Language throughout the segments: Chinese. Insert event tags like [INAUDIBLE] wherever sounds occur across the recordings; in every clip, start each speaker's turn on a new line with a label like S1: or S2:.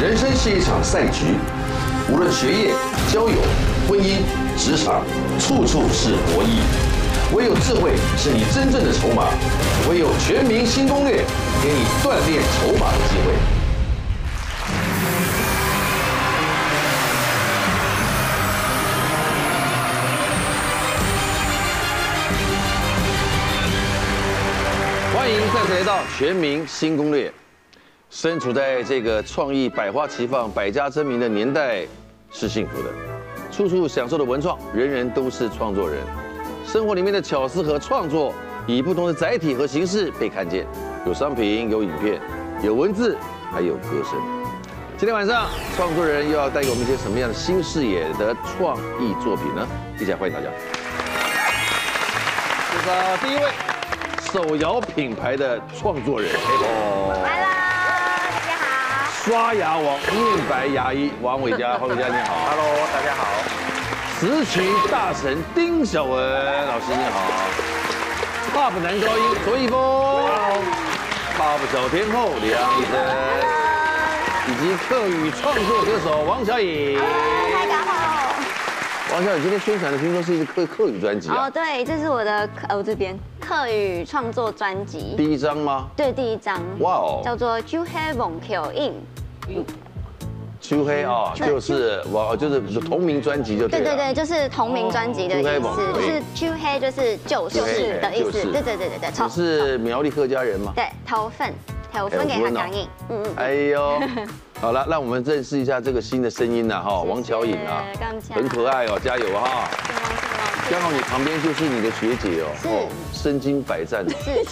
S1: 人生是一场赛局，无论学业、交友、婚姻、职场，处处是博弈。唯有智慧是你真正的筹码，唯有全民新攻略，给你锻炼筹码的机会。欢迎再次来到《全民新攻略》。身处在这个创意百花齐放、百家争鸣的年代，是幸福的，处处享受的文创，人人都是创作人。生活里面的巧思和创作，以不同的载体和形式被看见，有商品，有影片，有文字，还有歌声。今天晚上，创作人又要带给我们一些什么样的新视野的创意作品呢？一起来欢迎大家。介绍第一位，手摇品牌的创作人。
S2: Hello，大家哦好。
S1: 刷牙王面白牙医王伟嘉，黄伟嘉你好
S3: Hello，大家好。
S1: 词曲大神丁晓文老师你好 p o 男高音卓一峰 p o 小天后梁以真，以及客语创作歌手王小颖。
S2: 大家好。
S1: 王小颖今天宣传的听说是一个客客语专辑啊
S2: 哦，，对，这是我的客呃我这边客语创作专辑，
S1: 第一张吗？
S2: 对，第一张，
S1: 哇
S2: 叫
S1: 哦，
S2: 做《You Have On Kill In
S1: 秋黑啊，就是王就是同名专辑就》。对
S2: 对
S1: 了
S2: 嗯对对，就是同名专辑的意
S1: 哦
S2: 思，
S1: 就
S2: 就是是 “you have” 就是就是的意
S1: 就
S2: 思，
S1: 是
S2: 对对对对对，
S1: 你是哎苗栗客家人吗？
S2: 对头份，头份给他讲印，嗯嗯，
S1: 啊哎
S2: [LAUGHS]
S1: 呦，好了，让我们认识一下这个新的声音呐，哈，
S2: 谢
S1: 王巧颖啊，
S2: 感谢
S1: 很可爱哦，加油哈！刚好你旁边就是你的学姐哦，
S2: 是
S1: 哦，身经百战，
S2: 是，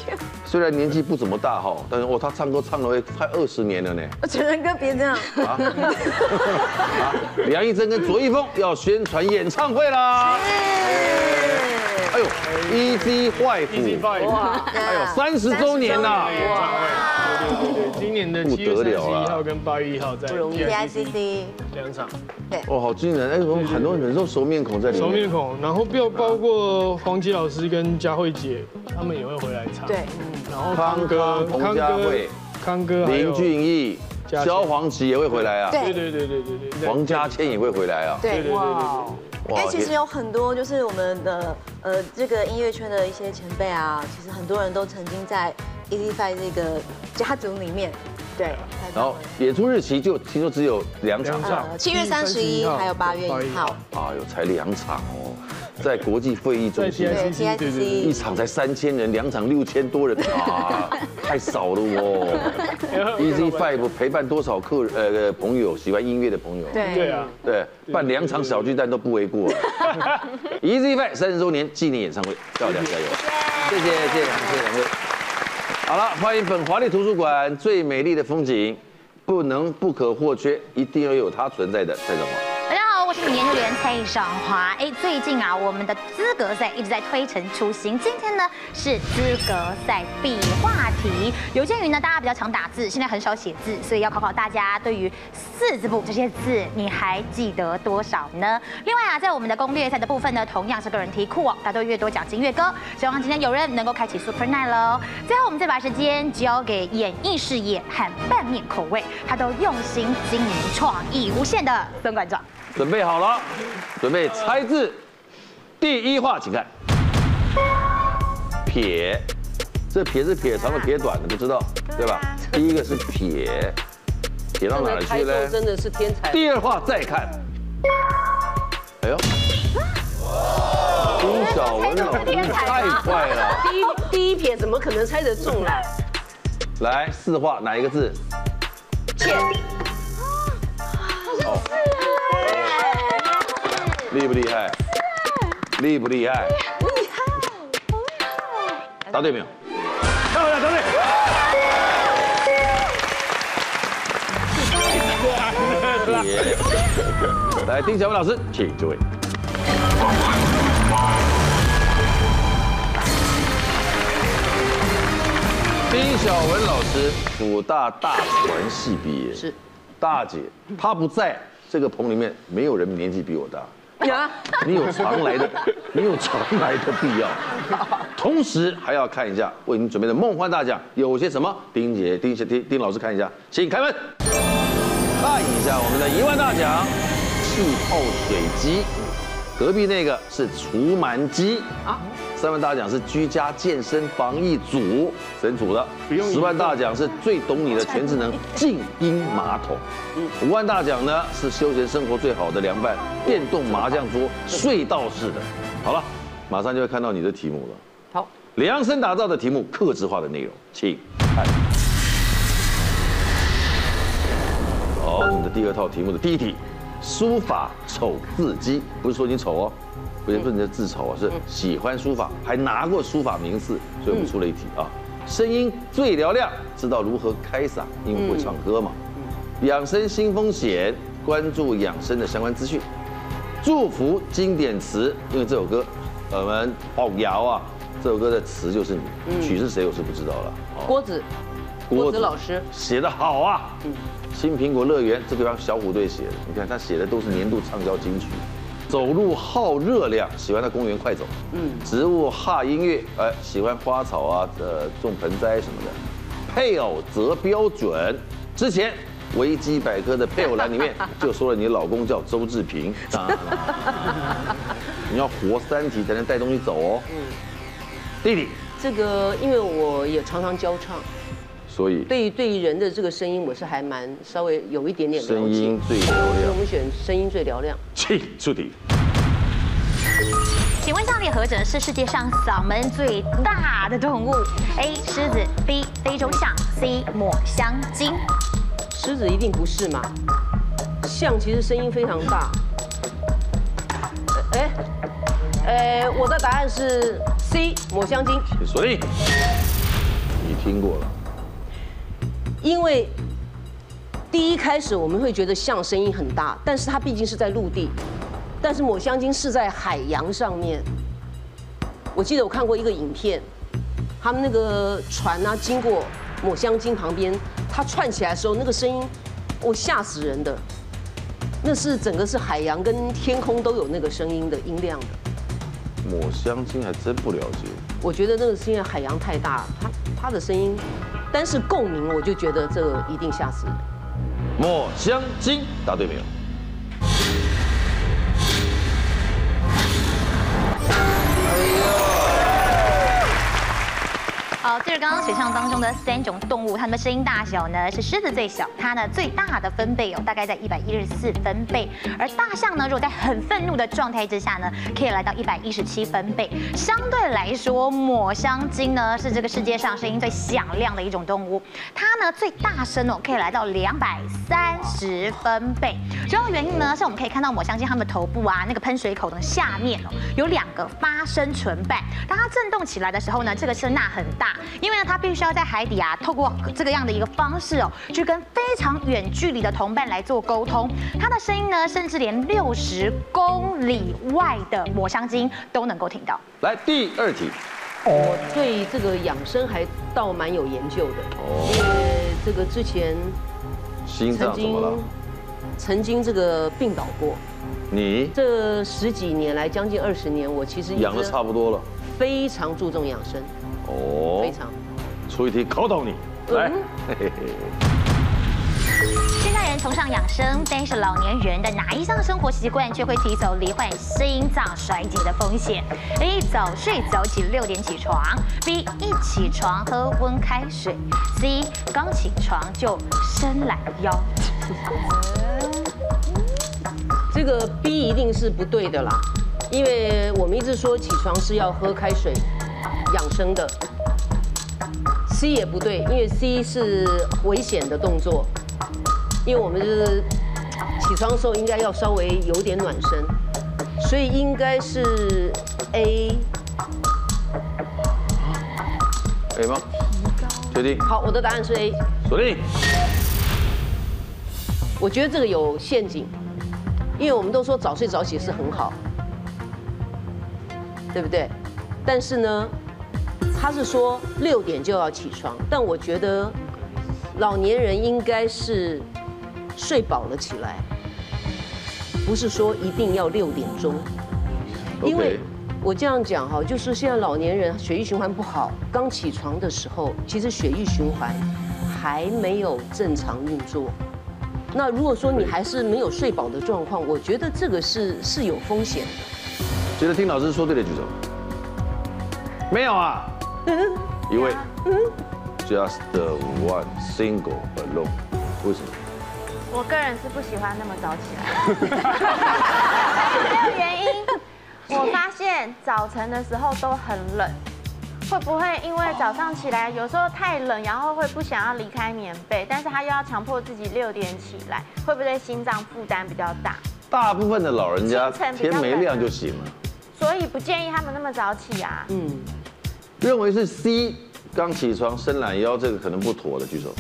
S1: 虽然年纪不怎么大哈，但是哦，她唱歌唱了快二十年了
S2: [LAUGHS]
S1: 呢。
S4: 陈仁哥别这样，
S1: 啊，啊梁一珍跟卓一峰要宣传演唱会啦！哎呦，Easy
S3: Easy
S1: Five，
S3: Five，
S1: 哎呦，三十周年呐！
S3: 对对对对，今年的
S1: 不
S3: 七月
S1: 得
S3: 三十一
S1: 了啊
S3: 号跟八月一号在
S4: 哎啊
S3: PICC
S4: PICC
S3: 两场，
S1: 哦，好惊人！哎，我们很多人都熟面孔在里
S3: 熟面
S1: 面。
S3: 孔，然后包包括黄吉老师跟佳慧姐，他们也会回来唱。
S4: 对，
S3: 然后康哥、
S1: 康康彭佳慧、
S3: 康哥、还有
S1: 林俊逸、
S3: 嘉倩
S1: 萧煌奇也会回来啊。
S4: 对
S3: 对对对对对对，
S1: 王家千也会回来啊。
S3: 对对
S4: 对，
S3: 对
S4: 哇，
S1: 哇
S4: 因哎为其实有很多就是我们的呃这个音乐圈的一些前辈啊，其实很多人都曾经在 Easy Five 这个家族里面，对，
S1: 然后演出日期就听说只有两场
S3: 两
S1: 啊，
S3: 场，
S4: 呃七月三十一还有八月一号，，
S1: 有才两场哦，在国际会议中
S3: 在
S1: 心
S3: TICC 对对对
S1: 一
S4: TICC
S1: 场才三千人，两场六千多人啊，太少了哦。Easy
S3: [LAUGHS] 哎
S1: Five 陪伴多少客呃朋友，喜欢音乐的朋友，
S3: 对
S4: 对，
S3: 啊，
S1: 对，办两场小巨蛋都不为过。Easy Five 三十周年纪念演唱会，漂亮加油！谢谢谢谢谢谢两位。好了，欢迎本华丽图书馆最美丽的风景，不能不可或缺，一定要有它存在的蔡振华。
S5: 大家好，我是你们研究员蔡尚华。哎，最近啊，我们的资格赛一直在推陈出新。今天呢是资格赛笔画题，有鉴于呢大家比较常打字，现在很少写字，所以要考考大家对于四字部这些字，你还记得多少呢？另外啊，在我们的攻略赛的部分呢，同样是个人题库哦，答对越多奖金越高。希望今天有人能够开启 Super Night 喽。最后，我们再把时间交给演艺事业和拌面口味，他都用心经营，创意无限的孙馆长。
S1: 准备好了，准备猜字。第一画，请看。撇，这撇是撇长的撇短的，不知道对啊吧？第一个是撇，撇到哪里去嘞？真的是天才。第二画再看，哎呦，丁小文老师太快了。
S6: 第一
S7: [LAUGHS]
S6: 第一撇怎么可能猜得中啦？
S1: 来，四画哪一个字？欠。哦，厉不厉害？厉不厉害？厉害，答对没有？
S3: 漂亮，等等。
S1: 来，丁小文老师，请就位。丁小文老师，辅大大传系毕业，是大姐，她不在这个棚里面，没有人年纪比我大。你有常来 [LAUGHS] 的，你有常来的必要。同时还要看一下为您准备的梦幻大奖有些什么。丁姐、丁姐、丁丁老师看一下，请开门。大看一下我们的一万大奖，气泡水机，隔壁那个是除螨机啊。三万大奖是居家健身防疫组整组的，
S3: 不用移
S1: 十
S3: 动
S1: 万大奖是最懂你的全智能静音马桶，
S3: 嗯
S1: 五万大奖呢是休闲生活最好的凉拌电动麻将桌隧道式的。好了，马上就会看到你的题目了。
S7: 好，
S1: 量身打造的题目，克制化的内容，请看。好，我们的第二套题目的第一题，书法丑字机，不是说你丑哦，不是不是你的字丑啊，是喜欢书法，还拿过书法名次，所以我们出了一题啊。声音最嘹亮，知道如何开嗓，因为会唱歌嘛。养生新风险，关注养生的相关资讯。祝福经典词，因为这首歌，呃我们好摇啊，这首歌的词就是你，曲是谁我是不知道了。哦
S7: 郭子，郭子老师嗯
S1: 写的好啊，新苹果乐园》这个地方小虎队写的，你看他写的都是年度畅销金曲。走路耗热量，喜欢在公园快走。嗯，植物哈音乐，哎，喜欢花草啊，呃，种盆栽什么的。配偶则标准，之前维基百科的配偶栏里
S7: [LAUGHS]
S1: 面就说了，你老公叫周志平。当然
S7: [LAUGHS]
S1: 了你要活三题才能带东西走哦。
S7: 嗯
S1: 弟弟，
S7: 这个，因为我也常常教唱，
S1: 所以
S7: 对于对于人的这个声音，我是还蛮稍微有一点点了解。
S1: 声音最嘹
S7: 所以
S1: 亮
S7: 我。们选声音最嘹亮。
S1: 请出题。
S5: 请问象列何者是世界上嗓门最大的动物？A. 狮子 B. 非洲象 C. 抹香鲸。
S7: 狮子一定不是嘛？象其实声音非常大。哎，哎，我的答案是 C 抹香鲸，
S1: 锁定。你听过了，
S7: 因为第一开始我们会觉得象声音很大，但是它毕竟是在陆地，但是抹香鲸是在海洋上面。我记得我看过一个影片，他们那个船啊经过抹香鲸旁边，它串起来的时候，那个声音，我吓死人的。那是整个是海洋跟天空都有那个声音的音量的。
S1: 抹香鲸还真不了解。
S7: 我觉得那个是因为海洋太大，它它的声音，但是共鸣，我就觉得这个一定吓死人。
S1: 抹香鲸，答对没有？
S5: 好，呃就是刚刚选项当中的三种动物，它们的声音大小呢是狮子最小，它呢最大的分贝哦大概在一百一十四分贝，而大象呢如果在很愤怒的状态之下呢，可以来到一百一十七分贝。相对来说，抹香鲸呢是这个世界上声音最响亮的一种动物，它呢最大声哦可以来到两百三十分贝。主要原因呢是我们可以看到抹香鲸它们头部啊那个喷水口的下面哦有两个发声唇瓣，当它震动起来的时候呢，这个声呐很大，因为呢它必须要在海底啊，透过这个样的一个方式哦，去跟非常远距离的同伴来做沟通。它的声音呢，甚至连六十公里外的抹香鲸都能够听到。
S1: 来，第二题。
S7: 我对这个养生还倒蛮有研究的，因
S1: 哦，
S7: 为这个之前
S1: 心脏
S7: 曾
S1: 怎么了
S7: 经？曾经这个病倒过，
S1: 你
S7: 这十几年来将近二十年，我其实一直
S1: 养的差不多了。
S7: 非常注重养生，
S1: 哦，
S7: 非常。
S1: 出一题考倒你。来，嘿嘿嘿
S5: 现代人崇尚养生，但是老年人的哪一项生活习惯却会提走罹患心脏衰竭的风险？A. 早睡早起，六点起床；B. 一起床喝温开水；C. 刚起床就伸懒腰。
S7: 这个 B 一定是不对的啦，因为我们一直说起床是要喝开水养生的。C 也不对，因为 C 是危险的动作，因为我们就是起床的时候应该要稍微有点暖身，所以应该是 A。
S1: 可以吗？确定？
S7: 好，我的答案是 A。
S1: 锁定。
S7: 我觉得这个有陷阱，因为我们都说早睡早起是很好，对不对？但是呢，他是说六点就要起床，但我觉得老年人应该是睡饱了起来，不是说一定要六点钟，因为
S1: OK。
S7: 我这样讲哈，就是现在老年人血液循环不好，刚起床的时候，其实血液循环还没有正常运作。那如果说你还是没有睡饱的状况，我觉得这个是是有风险的。
S1: 觉得听老师说对的举手。没有啊，一位，just one single alone，为什么？
S5: 我个人是不喜欢那么早起来，没有原因。我发现早晨的时候都很冷，会不会因为早上起来有时候太冷，然后会不想要离开棉被，但是他又要强迫自己六点起来，会不会心脏负担比较大？
S1: 大部分的老人家
S5: 清晨比较
S1: 天没
S5: 冷啊
S1: 亮就醒了，
S5: 所以不建议他们那么早起啊。
S7: 嗯，
S1: 认为是 C，刚起床伸懒腰这个可能不妥的举手。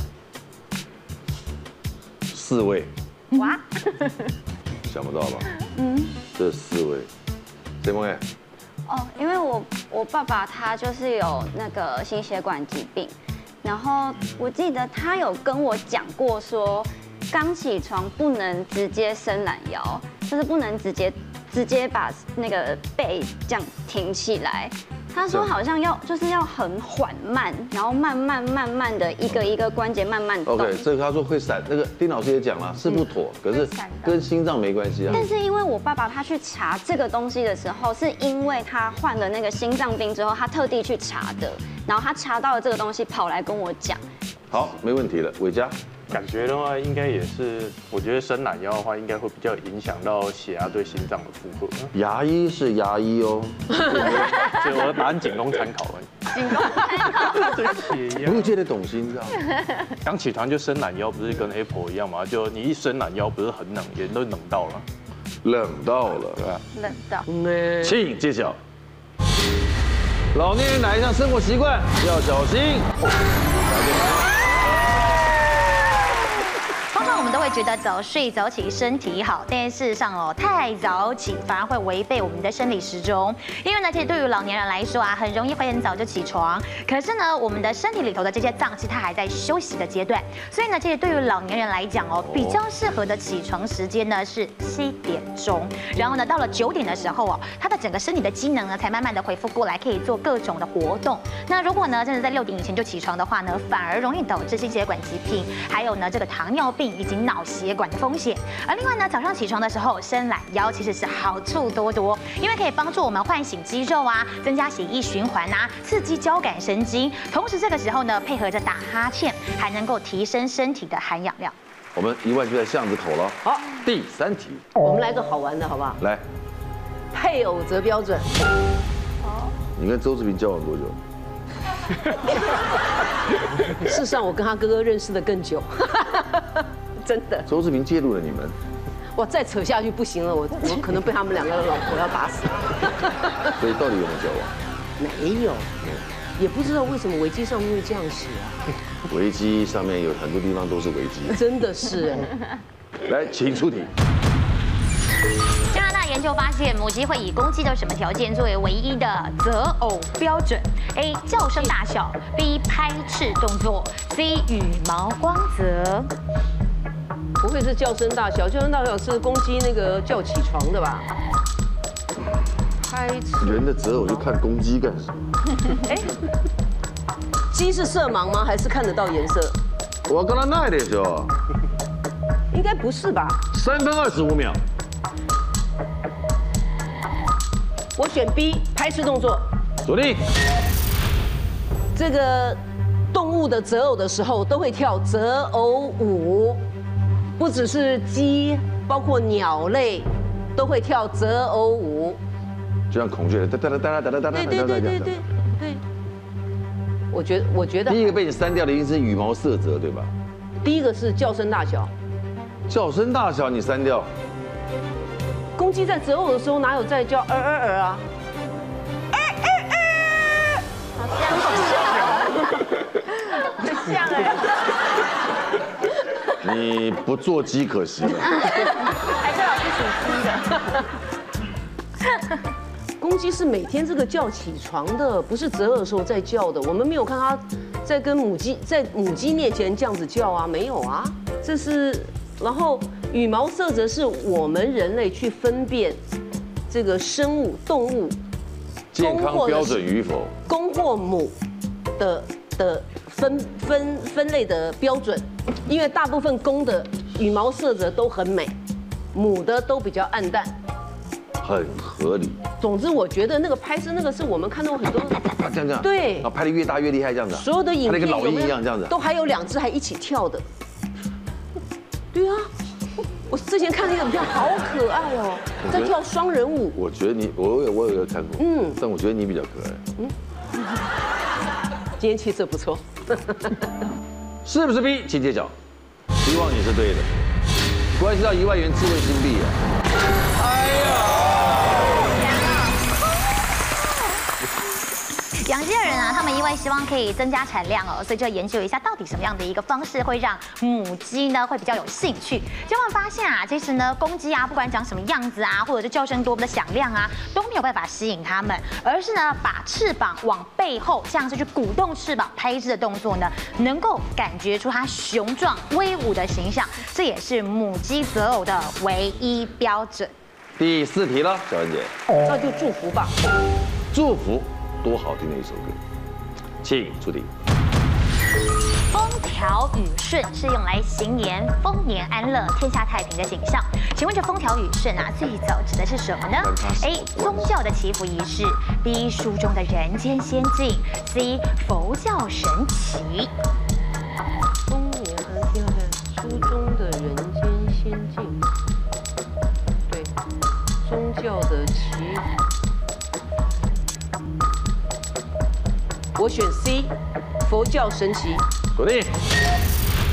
S1: 四位，
S5: 哇，
S1: [LAUGHS] 想不到吧？嗯，这四位，谁梦哎？
S2: 哦，因为我我爸爸他就是有那个心血管疾病，然后我记得他有跟我讲过说，刚起床不能直接伸懒腰，就是不能直接直接把那个背这样挺起来。他说
S1: 这样
S2: 好像要就是要很缓慢，然后慢慢慢慢的一个一个关节慢慢动。
S1: OK，这个他说会闪，那个丁老师也讲了是不妥，可是
S5: 嗯会闪的嗯
S1: 跟心脏没关系啊。
S2: 但是因为我爸爸他去查这个东西的时候，是因为他患了那个心脏病之后，他特地去查的，然后他查到了这个东西，跑来跟我讲。
S1: 好，没问题了，伟嘉，
S8: 感觉的话，应该也是，我觉得伸懒腰的话，应该会比较影响到血压对心脏的负荷，
S1: 牙医是牙医哦，
S8: 所以我要答案仅供参考而已。仅供参考，对血压
S1: 不。见得懂心脏。
S8: 刚起床就伸懒腰，不是跟 Apple 一样吗？就你一伸懒腰，不是很冷，人都冷到了。
S1: 冷到了，
S8: 对啊
S5: 冷到。
S1: 请揭晓。老年人哪一项生活习惯要小心？
S5: 通常我们都会觉得早睡早起身体好，但事实上哦，太早起反而会违背我们的生理时钟。因为呢，其实对于老年人来说啊，很容易会很早就起床，可是呢，我们的身体里头的这些脏器它还在休息的阶段，所以呢，其实对于老年人来讲哦，比较适合的起床时间呢是七点钟，然后呢，到了九点的时候哦，他的整个身体的机能呢才慢慢的恢复过来，可以做各种的活动。那如果呢，真的在六点以前就起床的话呢，反而容易导致心血管疾病，还有呢这个糖尿病以及脑血管的风险。而另外呢，早上起床的时候伸懒腰其实是好处多多，因为可以帮助我们唤醒肌肉啊，增加血液循环啊，刺激交感神经。同时这个时候呢，配合着打哈欠，还能够提升身体的含氧量。
S1: 我们一万就在巷子口了。好，第三题，
S7: 我们来个好玩的好不好？
S1: 来，
S7: 配偶则标准，
S1: 你跟周志平交往多久？
S7: 事实上我跟他哥哥认识的更久， [LAUGHS] 真的。
S1: 周志平介入了你们， [LAUGHS]
S7: 哇，再扯下去不行了，我我可能被他们两个的老婆要打死。
S1: 所以到底有没有交往？
S7: 没有，也不知道为什么维基上面会这样写啊，
S1: 危机上面有很多地方都是危机。
S7: 真的是哎。
S1: 来，请出题。
S5: 加拿大研究发现，母鸡会以公鸡的什么条件作为唯一的择偶标准？A. 叫声大小，B. 拍翅动作，C. 羽毛光泽。
S7: 不会是叫声大小，叫声大小是公鸡那个叫起床的吧？
S1: 人的择偶就看公鸡干什么？
S7: 鸡是色盲吗？还是看得到颜色？
S1: 我刚刚那一点时候，
S7: 应该不是吧？
S1: 三分二十五秒。
S7: 我选 B，拍翅动作。
S1: 锁定。
S7: 这个动物的择偶的时候都会跳择偶舞，不只是鸡，包括鸟类都会跳择偶舞。
S1: 就像孔雀，哒哒哒哒哒哒哒哒哒哒哒哒。
S7: 对，我觉得我觉得
S1: 第一个被你删掉的一定是羽毛色泽，对吧？
S7: 第一个是叫声大小，
S1: 叫声大小你删掉， [LAUGHS]
S7: 公鸡在择偶的时候哪有在叫呃呃呃啊？
S1: 你不做鸡可啊惜了。
S7: 公鸡是每天这个叫起床的，不是择偶的时候在叫的。我们没有看它在跟母鸡在母鸡面前这样子叫啊，没有啊。这是，然后羽毛色泽是我们人类去分辨这个生物、动物
S1: 健康标准与否，
S7: 公或母的的分分分类的标准，因为大部分公的羽毛色泽都很美，母的都比较暗淡。
S1: 很合理。
S7: 总之，我觉得那个拍摄那个是我们看到过很多
S1: 啊这样这样，
S7: 对
S1: 然后拍的越大越厉害，这样子啊，
S7: 所有的影
S1: 它那
S7: 片
S1: 个老
S7: 有
S1: 鹰
S7: 没有
S1: 一样这样子啊，
S7: 都还有两只还一起跳的。对啊，我之前看那个影片好可爱哦，在跳双人舞。
S1: 我觉得你，我有我有看过，嗯，但我觉得你比较可爱，
S7: 今天气色不错。
S1: 是不是 B？请揭晓。希望你是对的，关系到一万元智慧金币啊！
S5: 养鸡的人啊，他们因为希望可以增加产量哦，所以就研究一下到底什么样的一个方式会让母鸡呢会比较有兴趣。结果发现啊，其实呢，公鸡啊，不管长什么样子啊，或者是叫声多么的响亮啊，都没有办法吸引它们，而是呢，把翅膀往背后这样子去鼓动翅膀拍翅的动作呢，能够感觉出它雄壮威武的形象，这也是母鸡择偶的唯一标准。
S1: 第四题了，小文姐，
S7: 那就祝福吧。
S1: 祝福多好听的一首歌，请出题。
S5: 风调雨顺是用来形言丰年安乐、天下太平的景象。请问这风调雨顺啊，最早指的是什么呢
S1: 跟它什么
S5: ？A. 宗教的祈福仪式；B. 书中的人间仙境；C. 佛教神奇。
S7: 丰年安听看看，书中的人间仙境，对，宗教的祈福。我选 C，佛教神奇。
S1: 锁定。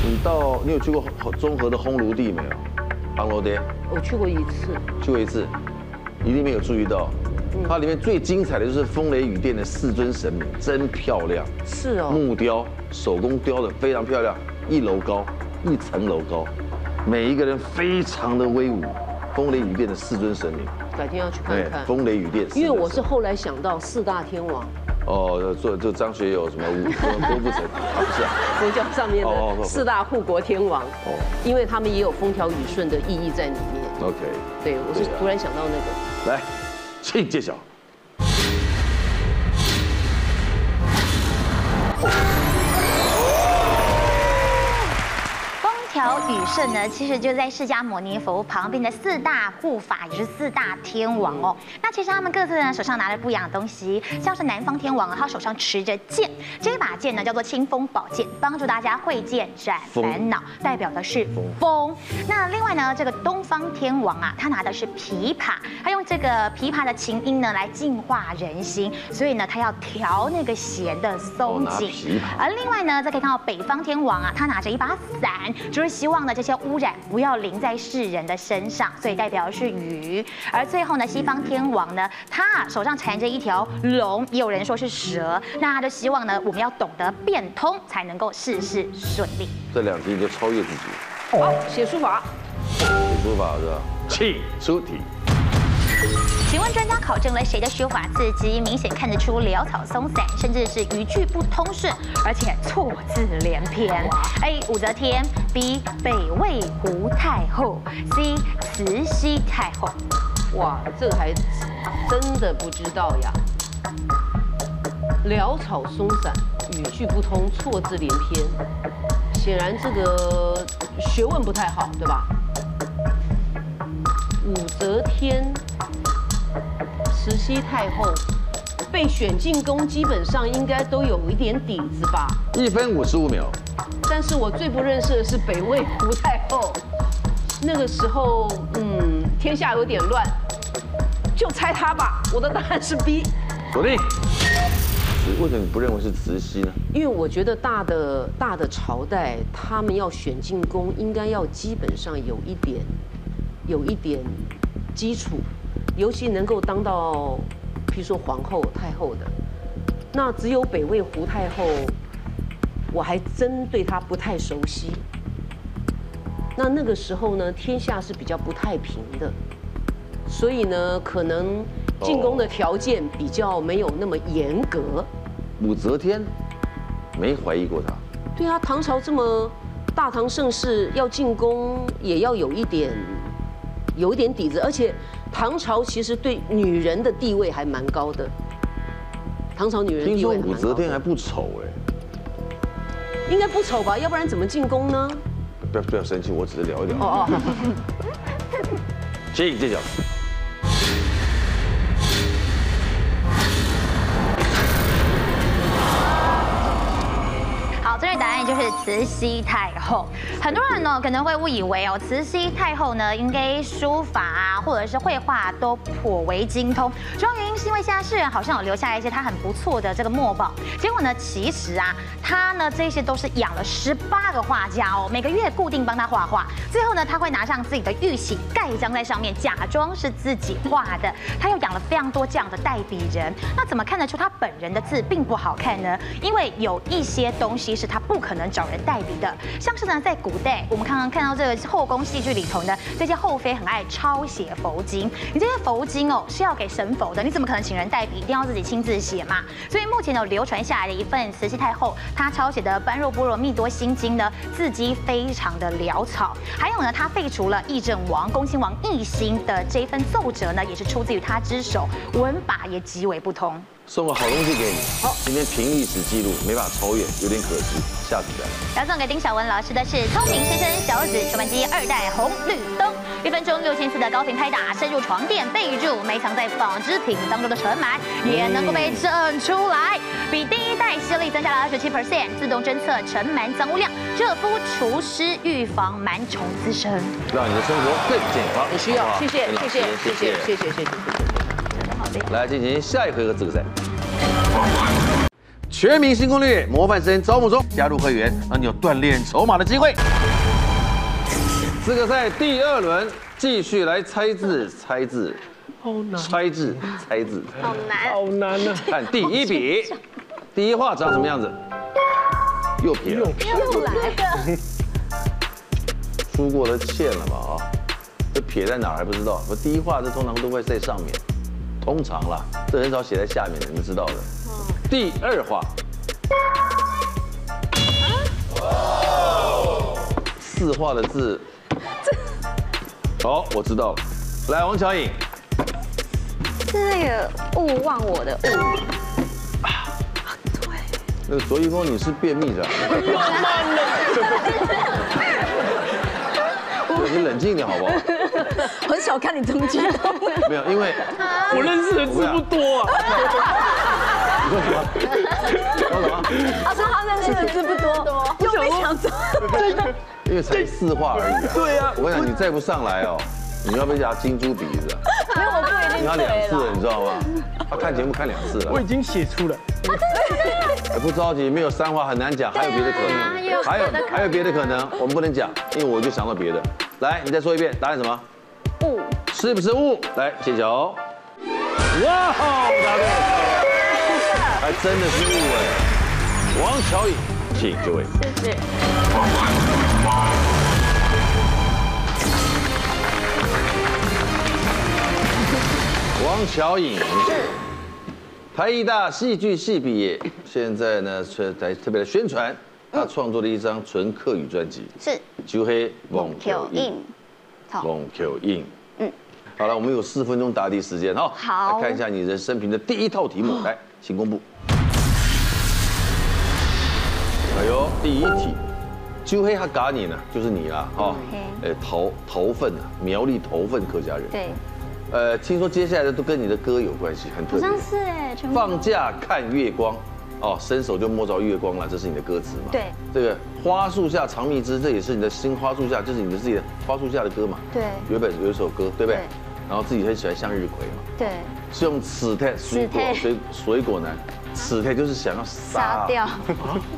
S1: 你到你有去过综合的烘炉地没有？烘炉地
S7: 我去过一次，
S1: 去过一次，一定没有注意到，
S7: 嗯
S1: 它里面最精彩的就是风雷雨电的四尊神明，真漂亮。
S7: 是哦，
S1: 木雕，手工雕的非常漂亮，一楼高，一层楼高，每一个人非常的威武。风雷雨电的四尊神明，
S7: 改天要去看看。
S1: 风雷雨电四尊神明。
S7: 因为我是后来想到四大天王，
S1: 哦，做就张学友什么
S7: [LAUGHS]
S1: 武功郭富城，啊不是啊，
S7: 佛教上面
S1: 哦哦哦
S7: 的四大护国天王，
S1: 哦
S7: 因为他们也有风调雨顺的意义在里面。
S1: ，OK，
S7: 对，我是
S1: 对啊
S7: 突然想到那个。
S1: 来，请揭晓。
S5: 风调雨顺呢，其实就在释迦牟尼佛旁边的四大护法，也是四大天王哦。那其实他们各自呢手上拿着不一样的东西，像是南方天王啊，他手上持着剑，这把剑呢叫做清风宝剑，帮助大家会剑斩烦恼，代表的是风。那另外呢，这个东方天王啊，他拿的是琵琶，他用这个琵琶的琴音呢来净化人心，所以呢，他要调那个弦的松
S1: 哦拿
S5: 紧。
S1: 琵琶
S5: 而另外呢，再可以看到北方天王啊，他拿着一把伞，就是希望呢这些污染不要淋在世人的身上，所以代表的是雨。而最后呢，西方天王呢，他啊手上缠着一条龙，也有人说是蛇，那他就希望呢，我们要懂得变通，才能够事事顺利。
S1: 这两题你就超越自己，
S7: 好，写书法。
S1: 写书法是吧？请出题。
S5: 请问专家考证了谁的书法字迹明显看得出潦草松散，甚至是语句不通顺，而且错字连篇？A. 武则天，B. 北魏胡太后，C. 慈禧太后。
S7: 哇，这个还真的不知道呀。潦草松散，语句不通，错字连篇，显然这个学问不太好，对吧？武则天、慈禧太后被选进宫，基本上应该都有一点底子吧。
S1: 一分五十五秒，
S7: 但是我最不认识的是北魏胡太后，那个时候，嗯，天下有点乱，就猜她吧。我的答案是 B，
S1: 锁定。为什么你不认为是慈禧呢？
S7: 因为我觉得大的大的朝代，他们要选进宫，应该要基本上有一点，有一点基础，尤其能够当到，譬如说皇后、太后的。那只有北魏胡太后，我还真对她不太熟悉。那那个时候呢，天下是比较不太平的，所以呢，可能进宫的条件比较没有那么严格。
S1: 武则天没怀疑过她，
S7: 对啊，唐朝这么大唐盛世，要进宫也要有一点，有一点底子。而且唐朝其实对女人的地位还蛮高的，唐朝女人
S1: 听
S7: 地
S1: 说
S7: 位还
S1: 武
S7: 蛮
S1: 则
S7: 高
S1: 天还
S7: 的，
S1: 不丑哎，
S7: 应该不丑吧？要不然怎么进宫呢？
S1: 不要不要生气，我只是聊一聊。哦 [LAUGHS] 哦。接影这脚。
S5: 好，正确答案就是慈禧太后。很多人呢可能会误以为哦，慈禧太后呢应该书法啊，或者是绘画都颇为精通。主要原因是因为现在世人好像有留下来一些她很不错的这个墨宝。结果呢，其实啊，她呢这些都是养了十八个画家哦，每个月固定帮她画画。最后呢，她会拿上自己的玉玺盖章在上面，假装是自己画的。她又养了非常多这样的代笔人。那怎么看得出她本人的字并不好看呢？因为有一些东西是他不可能找人代笔的，像是呢，在古代我们刚刚看到这个后宫戏剧里头呢，这些后妃很爱抄写佛经，你这些佛经哦是要给神佛的，你怎么可能请人代笔？一定要自己亲自写嘛。所以目前有流传下来的一份慈禧太后她抄写的《般若波罗蜜多心经》呢，字迹非常的潦草。还有呢，她废除了议政王、恭亲王奕欣的这一份奏折呢，也是出自于她之手，文法也极为不通。
S1: 送个好东西给你。好，今天凭历史记录没法超越，有点可惜，下次再来。
S5: 要送给丁晓文老师的是聪明先生小子球门机二代红绿灯，一分钟六千次的高频拍打深入床垫被褥，埋藏在纺织品当中的尘螨也能够被震出来，比第一代吸力增加了二十七 percent，自动侦测尘螨脏污量，热敷除湿，预防螨虫滋生。
S1: 让你的生活更健康。你需要，谢谢，谢谢，谢谢，谢谢，谢谢。来进行下一回合资格赛。全民新攻略模范生招募中，加入会员让你有锻炼筹码的机会。资格赛第二轮继续来猜字，猜字，
S3: 好难，啊
S1: 猜字，猜字。
S6: 好难。
S3: 好难啊！
S1: 看第一笔，第一画长什么样子？又撇了，
S4: 又来了，
S1: [LAUGHS] 出过的欠了吧啊？这撇在哪儿还不知道？我第一画这通常都会在上面，通常啦，这很少写在下面的，你们知道的。
S4: 嗯
S1: 第二画，
S4: 啊
S1: 四画的字，好，我知道了。来，王乔颖，
S2: 是那个勿忘我的勿，
S1: 那个卓一峰，你是便秘的啊。你冷静一点好不好？
S4: 很少看
S1: [LAUGHS]
S4: 你东京。
S1: 没有，因为
S3: 我认识的字不多啊。
S1: 说什么？
S4: 他说他认识的字不多，又被抢走。
S1: 因为才四画而已、啊。
S3: 对啊
S1: 我跟你讲，你再不上来哦，你要被夹金猪鼻子啊、
S4: 没有，我不一
S1: 听
S4: 定
S1: 他
S4: 对
S1: 两
S4: 了。
S1: 次了，你知道吗？他看节目看两次了
S3: 我，已经写出来，
S1: 哎不着急，没有三画很难讲，还有别的可能，啊还有还有别的可能，我们不能讲，因为我就想到别的。来，你再说一遍，答案什么？
S2: 勿
S1: 是不是物？来，揭晓。哇哦，答对了，还真的是物哎。王乔颖，请就位。王乔颖，台艺大戏剧系毕业，现在呢，特来特别来宣传
S2: 嗯
S1: 他创作的一张纯客语专辑，
S2: 是
S1: 就黑蒙
S2: 九印，好，
S1: 蒙 Q 印。嗯
S2: 嗯，
S1: 好了，我们有四分钟答题时间哈。哦
S2: 好
S1: 来
S2: 嗯
S1: 看一下你人生平的第一套题目，来，请公布。哎呦，第一题，就黑他嘎你呢，就是你啦，哈
S2: 嗯，
S1: 呃，头头份啊，苗栗头份客家人。
S2: 对，
S1: 呃，听说接下来的都跟你的歌有关系，很特
S2: 好
S1: 别。
S2: 像是哎，全部
S1: 放假看月光，哦，伸手就摸着月光了，这是你的歌词嘛？
S2: 对，
S1: 这个花树下藏蜜汁，这也是你的新花树下，就是你的自己的花树下的歌嘛？
S2: 对
S1: 原本有一首歌，对不对
S2: 对？
S1: 然后自己很喜欢向日葵嘛，
S2: 对，
S1: 是用此态水果
S2: 此态
S1: 水水果男，此态就是想要杀
S2: 杀 [LAUGHS] 掉，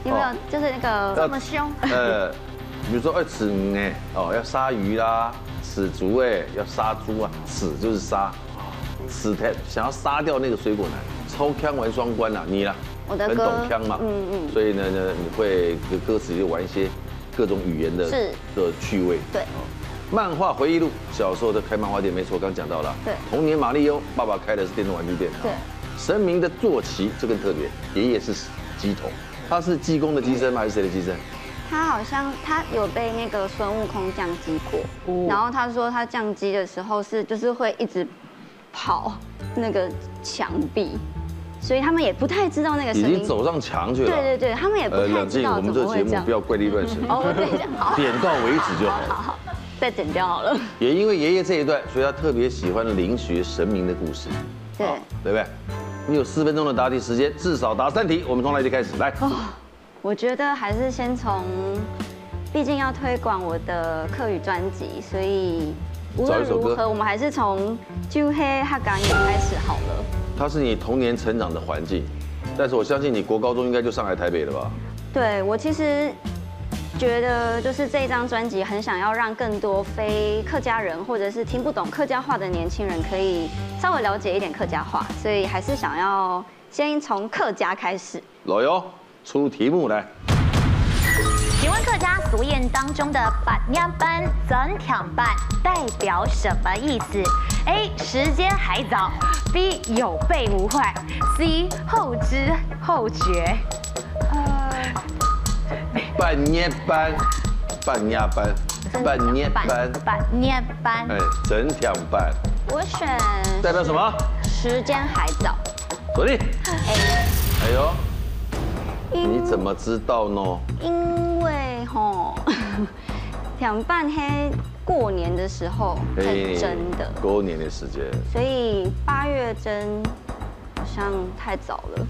S2: 有没有？就是那个这么凶，
S1: 呃，比如说哎，此鱼哎，哦，要杀鱼啦，此竹哎，要杀猪啊，此就是杀，此态想要杀掉那个水果男，超腔玩双关啊，你啦，
S2: 我的
S1: 很
S2: 歌
S1: 懂腔嘛，嗯
S2: 嗯
S1: 嗯，
S2: 嗯
S1: 所以呢呢，你会歌歌词就玩一些各种语言的
S2: 是
S1: 的趣味，
S2: 对
S1: 哦。漫画回忆录，小时候的开漫画店，没错，刚讲到了。
S2: 对
S1: 童年马里欧，爸爸开的是电动玩具店。
S2: 对
S1: 神明的坐骑，这更特别，爷爷是鸡头，他是济公的鸡身吗？还是谁的鸡身？
S2: 他好像他有被那个孙悟空降击过，
S1: 哦
S2: 然后他说他降击的时候是就是会一直跑那个墙壁，所以他们也不太知道那个
S1: 已
S2: 声
S1: 经
S2: 音。
S1: 走上墙去了。
S2: 对对对，他们也不
S1: 呃，
S2: 太
S1: 冷
S2: 知
S1: 静，
S2: 道
S1: 我们
S2: 怎
S1: 这
S2: 么
S1: 节
S2: 会这
S1: 目
S2: 样
S1: 不。要怪力乱神，
S2: 哦，对，这样好，
S1: 点到为止就好
S2: 好
S1: 了。
S2: 好，再剪掉好
S1: [LAUGHS]
S2: 了。
S1: 也因为爷爷这一段，所以他特别喜欢灵学神明的故事，
S2: 对，
S1: 对不对？你有四分钟的答题时间，至少答三题。我们从哪里开始？来，
S2: 哦我觉得还是先从，毕竟要推广我的客语专辑，所以无
S1: 找
S2: 论
S1: 一首歌
S2: 如何，我们还是从《就黑哈港也开始好了。
S1: 它是你童年成长的环境，但是我相信你国高中应该就上海、台北了吧？
S2: 对我其实觉得，就是这一张专辑很想要让更多非客家人或者是听不懂客家话的年轻人，可以稍微了解一点客家话，所以还是想要先从客家开始。
S1: 老姚出题目来，
S5: 请问客家俗谚当中的“板娘班怎挑办”代表什么意思？A. 时间还早，B. 有备无患，C. 后知后觉。呃
S1: 半年班，半年班，半年班，
S5: 板娘班
S1: 哎，整条班，
S2: 我选
S1: 代表什么？
S2: 时间还早，
S1: 左立。哎呦，你怎么知道呢？
S2: 因为吼， [LAUGHS] 两半黑过年的时候很真的，
S1: 过年的时间。
S2: 所以八月真好像太早了。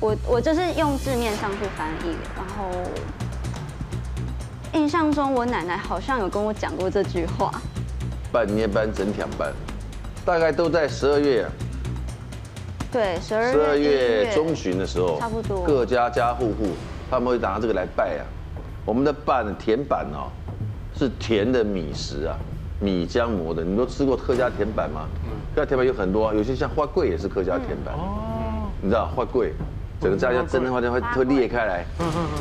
S2: 我我就是用字面上去翻译，然后印象中我奶奶好像有跟我讲过这句话。
S1: 半年班、整天班，大概都在十二月、啊
S2: 对，十二
S1: 十二
S2: 月
S1: 月中旬的时候，
S2: 差不多
S1: 各家家户户他们会拿这个来拜啊。我们的板甜板哦，是甜的米食啊，米浆磨的。你们都吃过客家甜板吗？客家甜板有很多啊，有些像花桂也是客家甜板。你知道花桂，整个家
S2: 嗯
S1: 要蒸的话，就会会裂开来，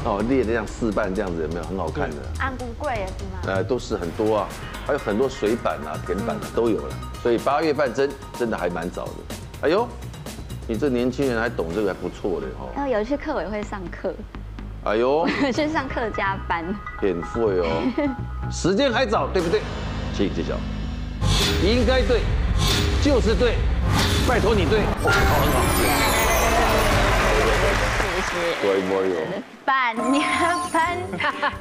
S1: 哦，裂的像四瓣这样子，有没有很好看的？
S9: 安菇贵也是吗？
S1: 呃，都是很多啊，还有很多水板啊、田板啊都有了，所以八月半真真的还蛮早的。哎呦，你这年轻人还懂这个，还不错的哦。
S2: 然后有去客委会上课， [LAUGHS]
S1: 哎呦，
S2: 去上客家班。
S1: 很会哦，时间还早，对不对？请揭晓，应该对，就是对，拜托你对，好，很好。乖乖哦哟，
S5: 板娘班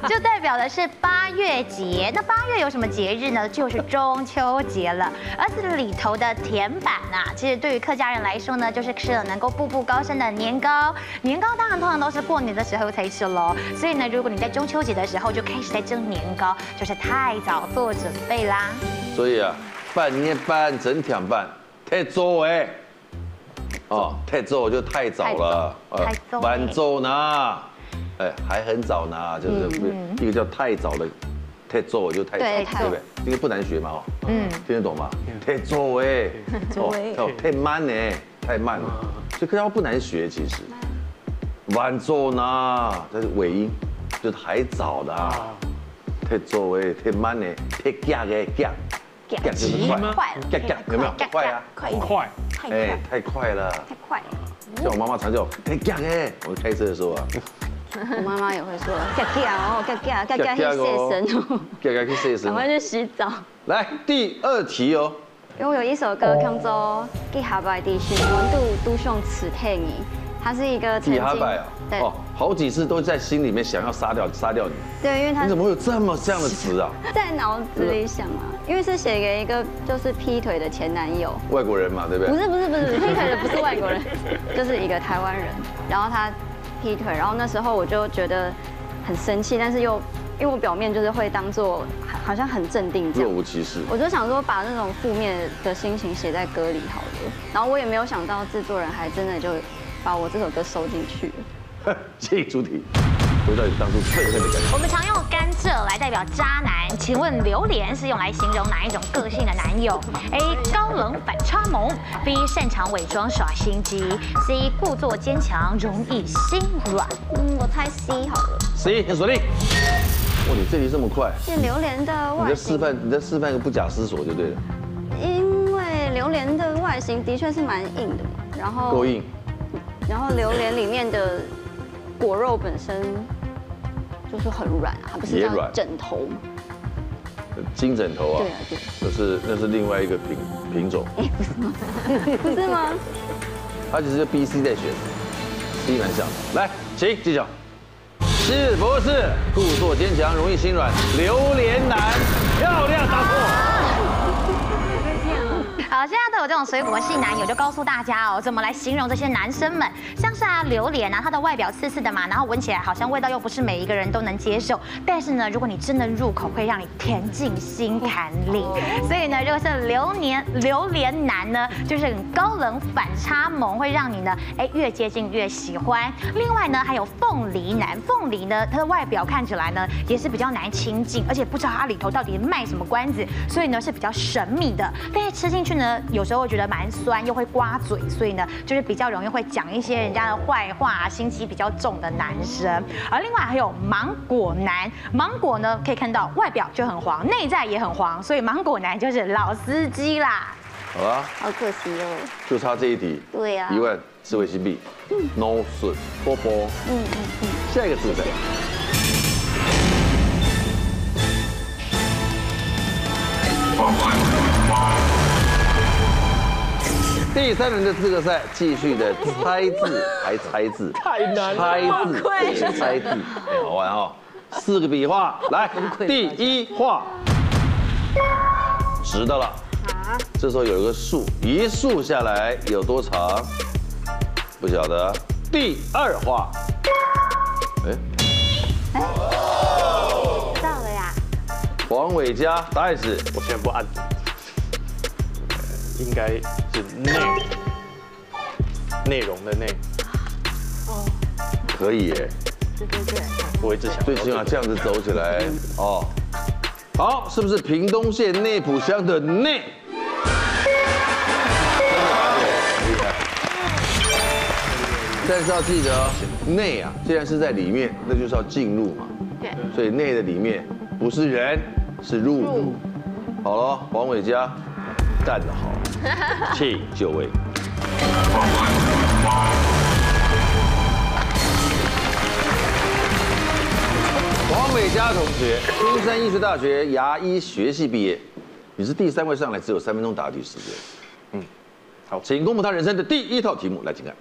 S5: 就代表的是八月节。那八月有什么节日呢？就是中秋节了。而这里头的甜板啊，其实对于客家人来说呢，就是吃了能够步步高升的年糕。年糕当然通常都是过年的时候才吃喽。所以呢，如果你在中秋节的时候就开始在蒸年糕，就是太早做准备啦。
S1: 所以啊，半年半整天半，太早哎，哦，太早就太早了，
S5: 太早
S1: 呃
S5: 太早
S1: 晚走呢，哎，还很早呢，就是不一个叫太早的，太早就太早，
S2: 对太早
S1: 对不对？这个不难学嘛，哦，
S5: 嗯，
S1: 听得懂吗？太早哎，哦，太嗯慢呢，太慢了，所以客家话不难学其实，晚走呢，这是尾音，就是还早的啊。太早的、太慢的、太夹的夹，夹就是快，夹夹有没有？快啊，
S4: 快一点，
S3: 快，
S1: 哎，太快了，太快了。像我妈妈常叫我太夹的，哎我开车的时候啊，
S2: 我妈妈也会 [LAUGHS] 说“嘎嘎哦，嘎嘎嘎
S1: 嘎
S2: 嘎”，去
S1: 嘎哦
S2: 谢神哦，
S1: 夹夹去试一试
S2: 赶。快去洗澡。
S1: 来第二题哦，
S2: 因为我有一首歌叫做《吉哈拜地区》，我们都都上此天意，它是一个曾
S1: 第
S2: 经
S1: 哈拜啊，
S2: 对
S1: 哦，好几次都在心里面想要杀掉杀掉你，
S2: 对，因为它
S1: 你怎么会有这么这样的词
S2: [LAUGHS]
S1: 啊？
S2: 在脑子里想啊，因为是写给一个就是劈腿的前男友，
S1: 外国人嘛，对不
S2: 不
S1: 对？
S2: 是不是
S1: [LAUGHS]
S2: 不是劈腿的不是外国人，就是一个台湾人，然后他劈腿，然后那时候我就觉得很生气，但是又因为我表面就是会当做好像很镇定这
S1: 若
S2: 样，
S1: 无其事。
S2: 我就想说把那种负面的心情写在歌里好了，然后我也没有想到制作人还真的就把我这首歌收进去了。
S1: 谢谢主题，回到你当初愤恨的感觉。
S5: 我们常用甘蔗来代表渣男，请问榴莲是用来形容哪一种个性的男友？A. 高冷反差萌，B. 擅长伪装耍心机，C. 故作坚强容易心软。
S2: 嗯，我猜 C 好了，
S1: 十一，锁定。哇，你这题这么快，
S2: 是榴莲的
S1: 你
S2: 外
S1: 在示
S2: 形，
S1: 范，你在示范一个不假思索就对了，
S2: 因为榴莲的外形的确是蛮硬的嘛，然后
S1: 够硬。
S2: 然后榴莲里面的果肉本身就是很软啊，它不是
S1: 也
S2: 叫
S1: 软
S2: 枕头吗？
S1: 金枕头啊
S2: 对，啊，对，
S1: 那是那是另外一个品品种，
S2: 不是吗？
S1: 他只是 B、C 在选，C 蛮像的。来，请揭晓，是不是故作坚强，容易心软，榴莲男，漂亮答错。
S5: 好，现在都有这种水果系男友，就告诉大家哦，怎么来形容这些男生们，像是啊榴莲啊，它的外表刺刺的嘛，然后闻起来好像味道又不是每一个人都能接受，但是呢，如果你真的入口，会让你甜进心坎里。所以呢，如果是榴莲榴莲男呢，就是很高冷反差萌，会让你呢，哎越接近越喜欢。另外呢，还有凤梨男，凤梨呢，它的外表看起来呢也是比较难亲近，而且不知道它里头到底卖什么关子，所以呢是比较神秘的。但是吃进去呢，有时候会觉得蛮酸，又会刮嘴，所以呢就是比较容易会讲一些人家的坏话、啊，心机比较重的男生。而另外还有芒果男，芒果呢可以看到外表就很黄，内在也很黄，所以芒果男就是老司机啦。
S1: 好啊啦，
S2: 好可惜哦。
S1: 就差这一题，
S2: 对啊
S1: 一万智慧新币，no 损，波波，嗯嗯嗯，下一个字在。第三轮的资格赛继续的猜字，还猜字，
S3: 太难了。
S1: 猜字，对猜字，哎好玩哦。四个笔画，来，第一画，直的了。这时候有一个竖，一竖下来有多长？不晓得。第二画，哎，
S2: 到了呀，
S1: 黄伟嘉，答案是
S8: 我先不按，应该是内内容的内，
S1: 可以耶，
S8: 我一直想到
S1: 最起码这样子走起来哦。好，是不是屏东县内浦乡的内？真的答对厉害但是要记得哦，内啊，既然是在里面，那就是要进入嘛。
S6: 对，
S1: 所以内的里面不是人，是入。好了，王伟嘉，干得 [LAUGHS] 好，请就位。王伟嘉同学，中山医学大学牙医学系毕业，你是第三位上来，只有三分钟答题时间。嗯，好，请公布他人生的第一套题目，来，请看。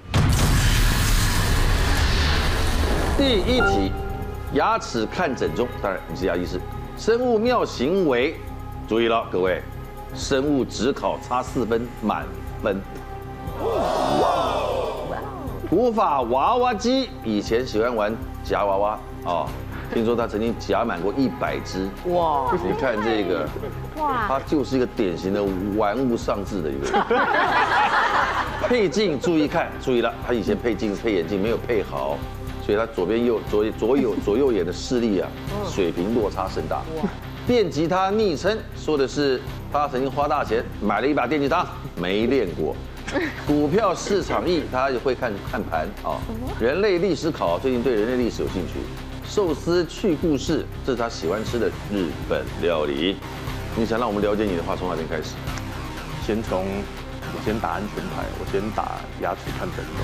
S1: 第一题，牙齿看诊中，当然你是牙医师，生物妙行为，注意了各位，生物只考差四分满分。古法娃娃机以前喜欢玩夹娃娃啊、听说他曾经夹满过一百只。
S7: 哇，
S1: 你看这个，
S5: 哇
S1: 他就是一个典型的玩物丧志的一个人。配镜注意看，注意了，他以前配镜配眼镜没有配好，所以他左边右左左右左右眼的视力啊，水平落差甚大。电吉他昵称说的是他曾经花大钱买了一把电吉他，没练过。股票市场易，他也会看看盘啊。人类历史考最近对人类历史有兴趣。寿司去故事，这是他喜欢吃的日本料理。你想让我们了解你的话，从哪边开始？
S8: 先从我先打安全牌，我先打牙齿看诊的。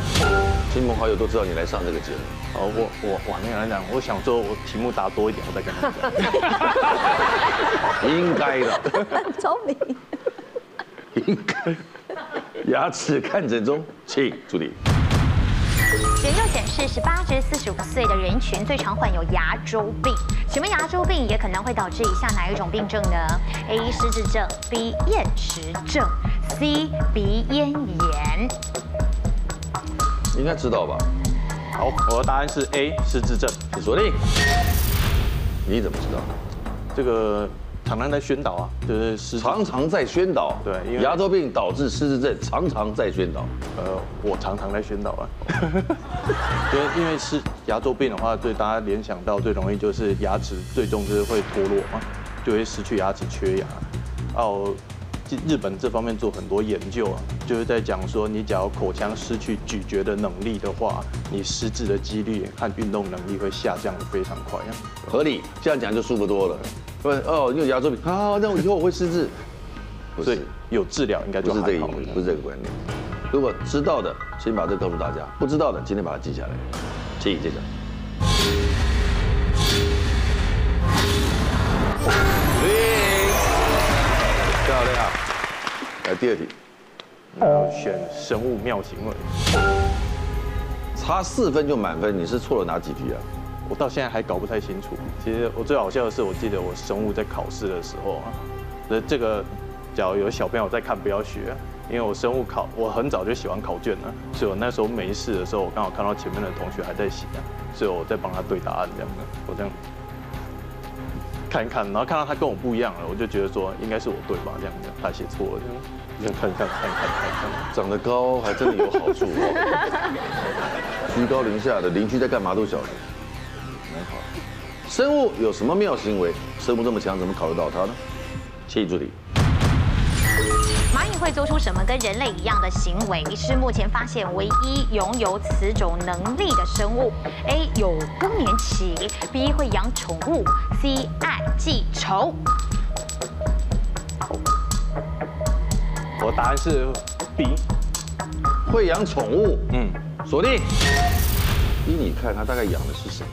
S1: 亲朋好友都知道你来上这个节目，
S8: 哦，我我往那个来讲，我想说我题目答多一点，我再跟他们讲。
S1: 应该的。
S4: [LAUGHS] 聪明。
S1: 应该。牙齿看诊中，请助理。
S5: 研究显示，十八至四十五岁的人群最常患有牙周病。请问牙周病也可能会导致以下哪一种病症呢？A. 失智症，B. 厌食症，C. 鼻咽炎。
S1: 应该知道吧？
S8: 好，我的答案是 A 失智症。
S1: 你锁定。你怎么知道？
S8: 这个常常在宣导啊，就是失智
S1: 常常在宣导，
S8: 对因为
S1: 牙周病导致失智症，常常在宣导。
S8: 呃，我常常在宣导
S1: [LAUGHS]
S8: 啊，因为因为是牙周病的话，对大家联想到最容易就是牙齿最终就是会脱落嘛，就会失去牙齿缺牙。哦，日日本这方面做很多研究啊，就是在讲说，你只要口腔失去咀嚼的能力的话，你失智的几率和运动能力会下降的非常快、啊。
S1: 合理，这样讲就舒服多了。不哦，你有牙周病，好，那我以后我会失智。不
S8: 所
S1: 是
S8: 以，有治疗应该
S1: 不
S8: 就是
S1: 这
S8: 还
S1: 个
S8: 好
S1: 意
S8: 了
S1: 思，。不是这个观念。如果知道的，请把这个告诉大家；不知道的，今天把它记下来。请接着。哎漂亮。来第二题，
S8: 然后呃选生物妙行为。
S1: 差四分就满分，你是错了哪几题啊？
S8: 我到现在还搞不太清楚。其实我最好笑的是，我记得我生物在考试的时候啊，那这个假如有小朋友在看，不要学啊，因为我生物考我很早就喜欢考卷了，所以我那时候没事的时候，我刚好看到前面的同学还在写啊，所以我在帮他对答案这样的，我这样看一看，然后看到他跟我不一样了，我就觉得说应该是我对吧？这样这样他写错了，这样这样看一看看一看看一看，
S1: 长得高还真的有好处哦。 [LAUGHS] 居高临下的邻居在干嘛都晓得，蛮好。生物有什么妙行为？生物这么强，怎么考得到它呢？谢谢助理。
S5: 蚂蚁会做出什么跟人类一样的行为？是目前发现唯一拥有此种能力的生物。A. 有更年期，B. 会养宠物，C. 爱记仇。
S8: 我答案是 B，
S1: 会养宠物，
S8: 嗯，
S1: 锁定。依你看，它大概养的是 [LAUGHS] 谁？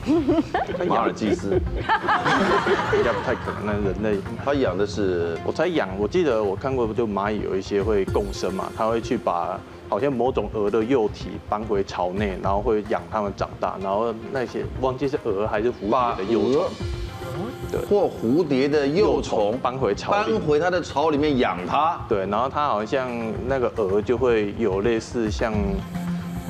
S1: 它马尔济斯，
S8: 应该不太可能，人类。
S1: 它养的是
S8: 我猜养，我记得我看过，就蚂蚁有一些会共生嘛，它会去把好像某种蛾的幼体搬回巢内，然后会养它们长大，然后那些忘记是蛾还是蝴蝶的幼虫，对
S1: 或蝴蝶的幼虫
S8: 搬回巢
S1: 搬
S8: 里。
S1: 回它的巢里面养它。
S8: 对，然后它好像那个蛾就会有类似像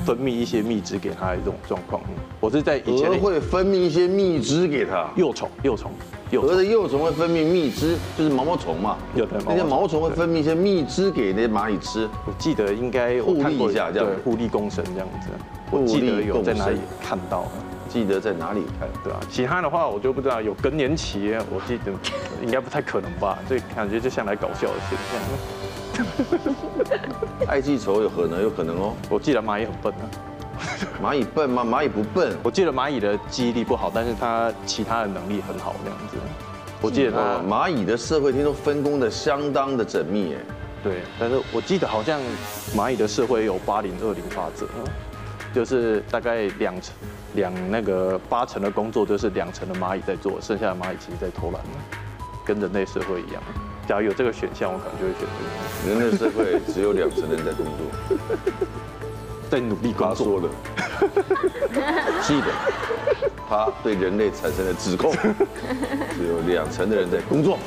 S8: 分泌一些蜜汁给它的这种状况。我是在以前
S1: 蛾
S8: 的
S1: 会分泌一些蜜汁给它，
S8: 幼虫，幼虫，幼
S1: 蛾
S8: 虫，
S1: 的幼虫会分泌蜜汁，就是毛毛虫嘛。
S8: 有的毛毛
S1: 那
S8: 虫
S1: 些毛虫会分泌一些蜜汁给那些蚂蚁吃。
S8: 我记得应该我
S1: 互利
S8: 看过
S1: 一下这样
S8: 对，互利共生这样子。我记
S1: 互
S8: 得
S1: 利
S8: 有在
S1: 共
S8: 哪里
S1: 生
S8: 看到。
S1: 记得在哪里 [LAUGHS] 看？
S8: 对啊，其他的话我就不知道，有更年期，我记得应该不太可能吧，这感觉就像来搞笑的现象。
S1: 爱记仇有可能，有可能哦。
S8: 我记得蚂蚁很笨啊，
S1: 蚂蚁笨吗？蚂蚁不笨。
S8: 我记得蚂蚁的记忆力不好，但是它其他的能力很好这样子。我记得
S1: 哇
S8: 它，
S1: 啊蚂蚁的社会听说分工的相当的缜密耶。
S8: 对，但是我记得好像蚂蚁的社会有八零二零法则，就是大概两成两那个八成的工作就是两成的蚂蚁在做，剩下的蚂蚁其实在偷懒，跟人类社会一样。假如有这个选项，我可能就会选这个。
S1: 人类社会只有两成人在工作，
S8: 在努力 [LAUGHS] 工
S1: 他
S8: 作
S1: 说 [LAUGHS] 的，记得他对人类产生的指
S8: [LAUGHS]
S1: 控，只有两成的人在工作。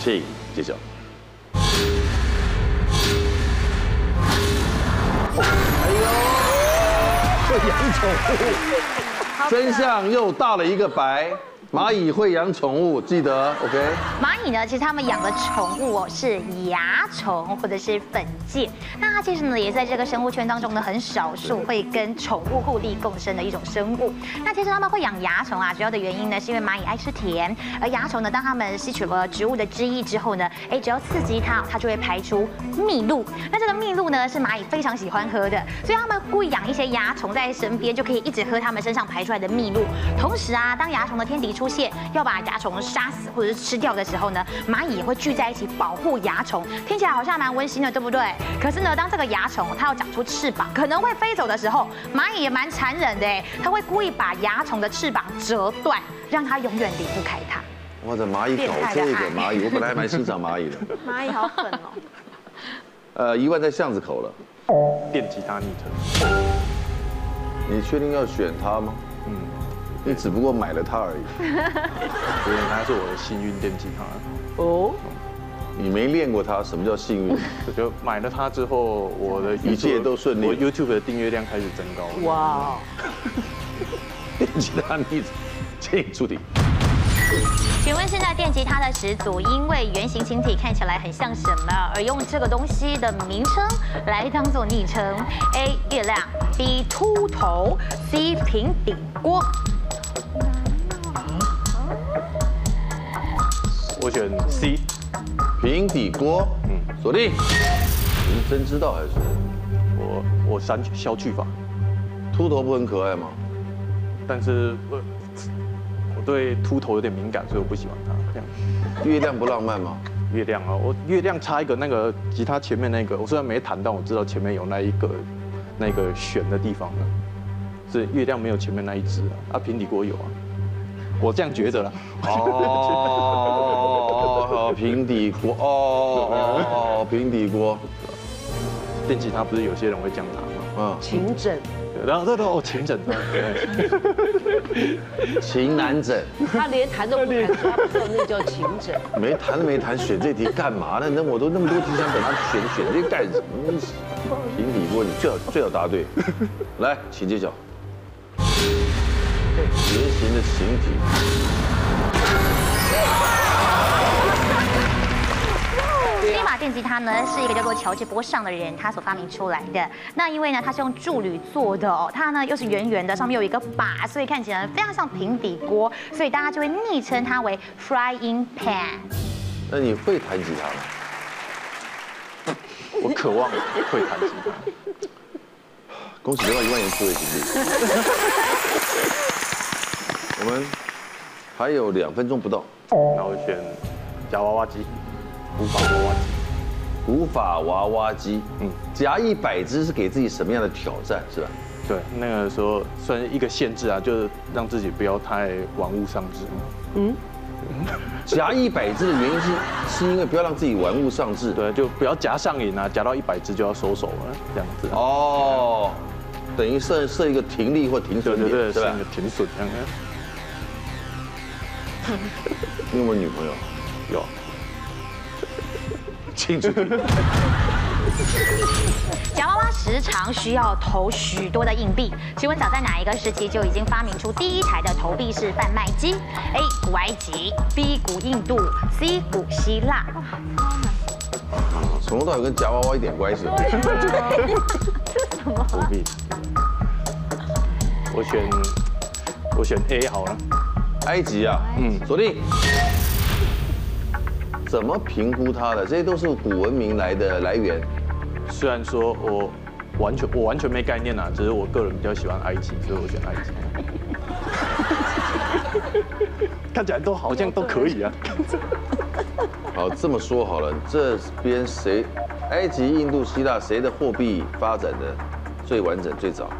S1: 请揭晓。哎呦，会养宠物，真相又大了一个白。蚂蚁会养宠物，记得 OK。
S5: 蚂蚁呢，其实它们养的宠物哦是蚜虫或者是粉介，那它其实呢也在这个生物圈当中呢很少数会跟宠物互利共生的一种生物。那其实它们会养蚜虫啊，主要的原因呢是因为蚂蚁爱吃甜，而蚜虫呢当它们吸取了植物的汁液之后呢，哎只要刺激它，它就会排出蜜露。那这个蜜露呢是蚂蚁非常喜欢喝的，所以它们故意养一些蚜虫在身边，就可以一直喝它们身上排出来的蜜露。同时啊，当蚜虫的天敌出现，要把蚜虫杀死或者是吃掉的时候呢，蚂蚁也会聚在一起保护蚜虫。听起来好像蛮温馨的，对不对？可是呢，当这个蚜虫它要长出翅膀，可能会飞走的时候，蚂蚁也蛮残忍的哎，它会故意把蚜虫的翅膀折断，让它永远离不开它。
S1: 我的蚂蚁搞这个蚂蚁，我本来还蛮欣赏蚂蚁的。
S4: 蚂蚁好粉哦。
S1: 呃，一万在巷子口了，
S8: 电吉他昵称。
S1: 你确定要选它吗？
S8: 嗯，
S1: 你只不过买了它而已，
S8: 所以它是我的幸运电吉他。
S6: 哦，
S1: 你没练过它，什么叫幸运？
S8: 我就买了它之后，我的
S1: 一切
S8: YouTube-
S1: 都顺利
S8: 我 YouTube 的订阅量开始增高了。
S1: 哦
S6: 哇，
S1: 练吉他你请助理。
S5: 请问现在电吉他的始祖，因为圆形形体看起来很像什么，而用这个东西的名称来当做昵称？A. 月亮，B. 秃头，C. 平底锅。
S8: 我选 C，
S1: 平底锅，嗯，锁定。你是真知道还是？
S8: 我我删去消去法，
S1: 秃头不很可爱吗？
S8: 但是我我对秃头有点敏感，所以我不喜欢它。这样
S1: 月亮不浪漫吗？
S8: 月亮啊，我月亮插一个那个吉他前面那个，我虽然没弹，但我知道前面有那一个那个弦的地方呢。是月亮没有前面那一只啊，啊平底锅有啊，我这样觉得啦。
S1: 哦，平底锅，哦哦哦，平底锅，
S8: [LAUGHS] 电吉他不是有些人会这样拿吗？
S1: 嗯，
S7: 琴枕，
S8: 对然后这都哦，琴枕头，对
S1: 情难枕，
S7: 他连弹都不弹，所以他不知道那叫琴枕。
S1: 没谈没谈，选这题干嘛呢？那我都那么多题想等他选，选这干什么？评理问，最好最好答对。来，请揭晓。圆形哎的形体，
S5: 这把电吉他呢，是一个叫做乔治波尚的人他所发明出来的。那因为呢，它是用铸铝做的哦，它呢又是圆圆的，上面有一个把，所以看起来非常像平底锅，所以大家就会昵称它为 frying pan。
S1: 那你会弹吉他吗？
S8: 我渴望会弹吉他。
S1: 恭喜得到一万元出位，请进。我们还有两分钟不到，
S8: 然后选夹娃娃机，无法娃娃机。
S1: 古法娃娃机，嗯
S8: 嗯，
S1: 夹一百只是给自己什么样的挑战，是吧？
S8: 对，那个时候算是一个限制啊，就是让自己不要太玩物丧志嘛。
S1: 夹一百只的原因是，是因为不要让自己玩物丧志。
S8: 对，就不要夹上瘾啊，夹到一百只就要收手了，这样子。哦，
S1: 哦，等于设设一个停利或停
S8: 对
S1: 损
S8: 对
S1: 点，
S8: 对，是
S1: 是吧
S8: 那？个停损这样。
S1: 你有没有女朋友？
S8: 有，
S1: 庆祝。
S5: 夹娃娃时常需要投许多的硬币，请问早在哪一个时期就已经发明出第一台的投币式贩卖机？A. 古埃及，B. 古印度，C. 古希腊。
S1: 从头到尾跟夹娃娃一点
S8: [LAUGHS]
S1: 关系。
S8: 不必。我选我选 A 好了，
S1: 埃及啊，嗯
S8: 嗯，
S1: 锁定。怎么评估它的？这些都是古文明来的来源。
S8: 虽然说我完全我完全没概念啊，只是我个人比较喜欢埃及，所以我选埃及。 [LAUGHS] 看起来都好像都可以啊。
S1: 好，这么说好了，这边谁，埃及、印度、希腊谁的货币发展的最完整、最早？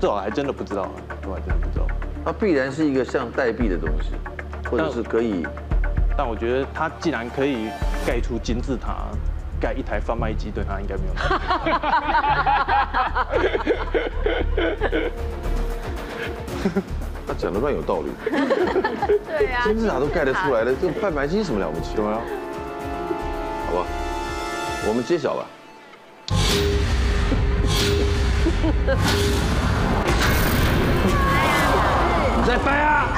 S8: 这我还真的不知道，啊这我还真的不知道。
S1: 它必然是一个像代币的东西，或者是可以
S8: 但我觉得他既然可以盖出金字塔，盖一台贩卖机，对他应该没有。
S1: 他讲的乱有道理。 [LAUGHS] 对啊，金字塔都盖得出来了，这个贩卖机什么了不起？对啊，好吧，我们揭晓吧。你在掰啊！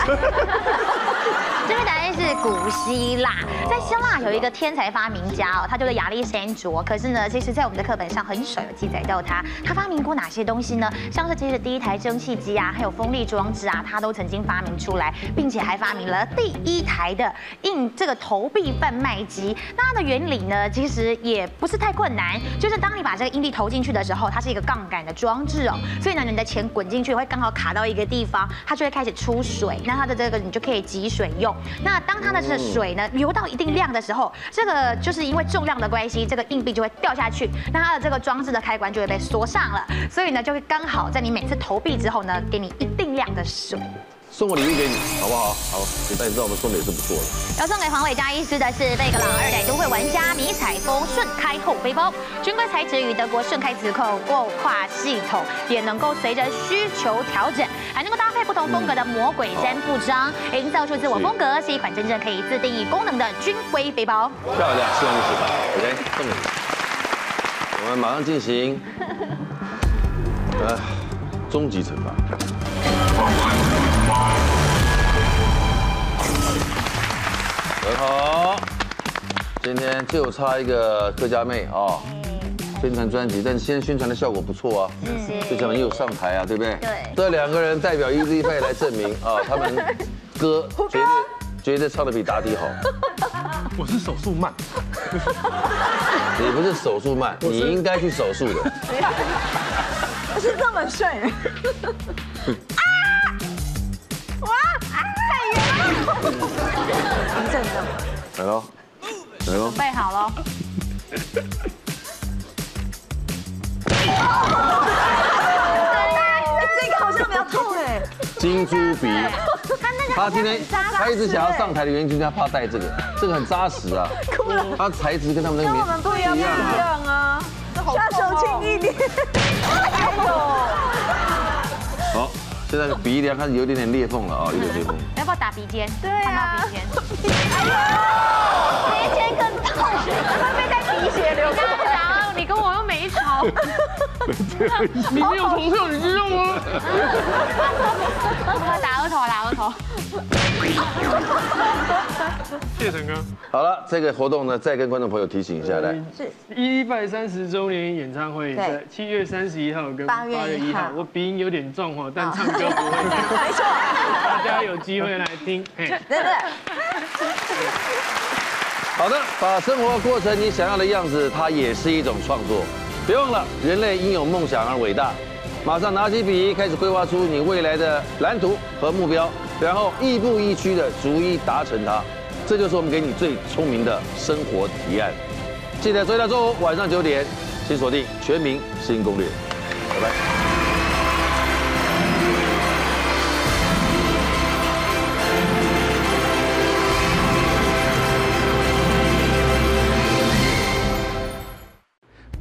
S5: 这边答案是古希腊，在希腊有一个天才发明家哦，他叫做亚历山卓。可是呢，其实在我们的课本上很少有记载到他。他发明过哪些东西呢？像是其实第一台蒸汽机啊，还有风力装置啊，他都曾经发明出来，并且还发明了第一台的印这个投币贩卖机。那它的原理呢，其实也不是太困难，就是当你把这个硬币投进去的时候，它是一个杠杆的装置哦，所以呢，你的钱滚进去会刚好卡到一个地方，它就会开始出水。那它的这个你就可以集水用。那当它的这个水呢流到一定量的时候，这个就是因为重量的关系，这个硬币就会掉下去，那它的这个装置的开关就会被锁上了，所以呢，就会刚好在你每次投币之后呢，给你一定量的水。
S1: 送个礼物给你，好不好？好，那你知道我们送的也是不错的。
S5: 要送给黄伟嘉医师的是贝格朗二代都会玩家迷彩风顺开后背包，军规材质与德国顺开磁扣构胯系统也能够随着需求调整，还能够搭配不同风格的魔鬼毡布章，营造出自我风格，是一款真正可以自定义功能的军规背包。
S1: 漂亮，希望你喜欢。OK，送给你。我们马上进行，呃，终极惩罚。很好，今天就差一个客家妹啊、宣传专辑，但是现在宣传的效果不错啊，最起码又上台啊，对不对？
S2: 对
S1: 这两个人代表 Easy 派来证明啊，他们歌绝对绝对唱的比打底好。
S3: 我是手速慢，
S1: 你不是手速慢，你应该去手术的。
S4: 不 [LAUGHS] 是这么啊顺。
S1: [LAUGHS]
S4: 啊 [LAUGHS]
S1: 来喽，来喽，
S5: 备好喽，
S4: 这个好像比较痛哎，
S1: 金猪鼻。
S5: 他那个
S1: 他今天
S5: 扎
S1: 他一直想要上台的原因，就是他怕戴这个，这个很扎实啊。他材质跟他们那个
S4: 跟我
S1: 棉
S4: 们不一样，不一样啊。
S6: 下手轻易点。
S1: 哎好，现在鼻梁开始有一点点裂缝了啊，有点裂缝。
S5: 要不要打鼻尖？对啊，鼻尖。鼻尖更痛，会被在鼻血流。大长，你跟我又没吵。
S3: 你没有投票，你知道吗？
S5: 打额头，打额头。
S3: 谢谢陈哥。
S1: 好了，这个活动呢，再跟观众朋友提醒一下，来，
S3: 一拜三十周年演唱会在七月三十一号跟八月一号，我鼻音有点重哦，但唱歌不会变。 [LAUGHS] 没错，大家有机会来听。嘿
S1: 好的，把生活过成你想要的样子，它也是一种创作。别忘了，人类因有梦想而伟大。马上拿起笔，开始规划出你未来的蓝图和目标，然后亦步亦趋的逐一达成它。这就是我们给你最聪明的生活提案。记得周一到周五晚上九点，请锁定《全民新攻略》，拜拜。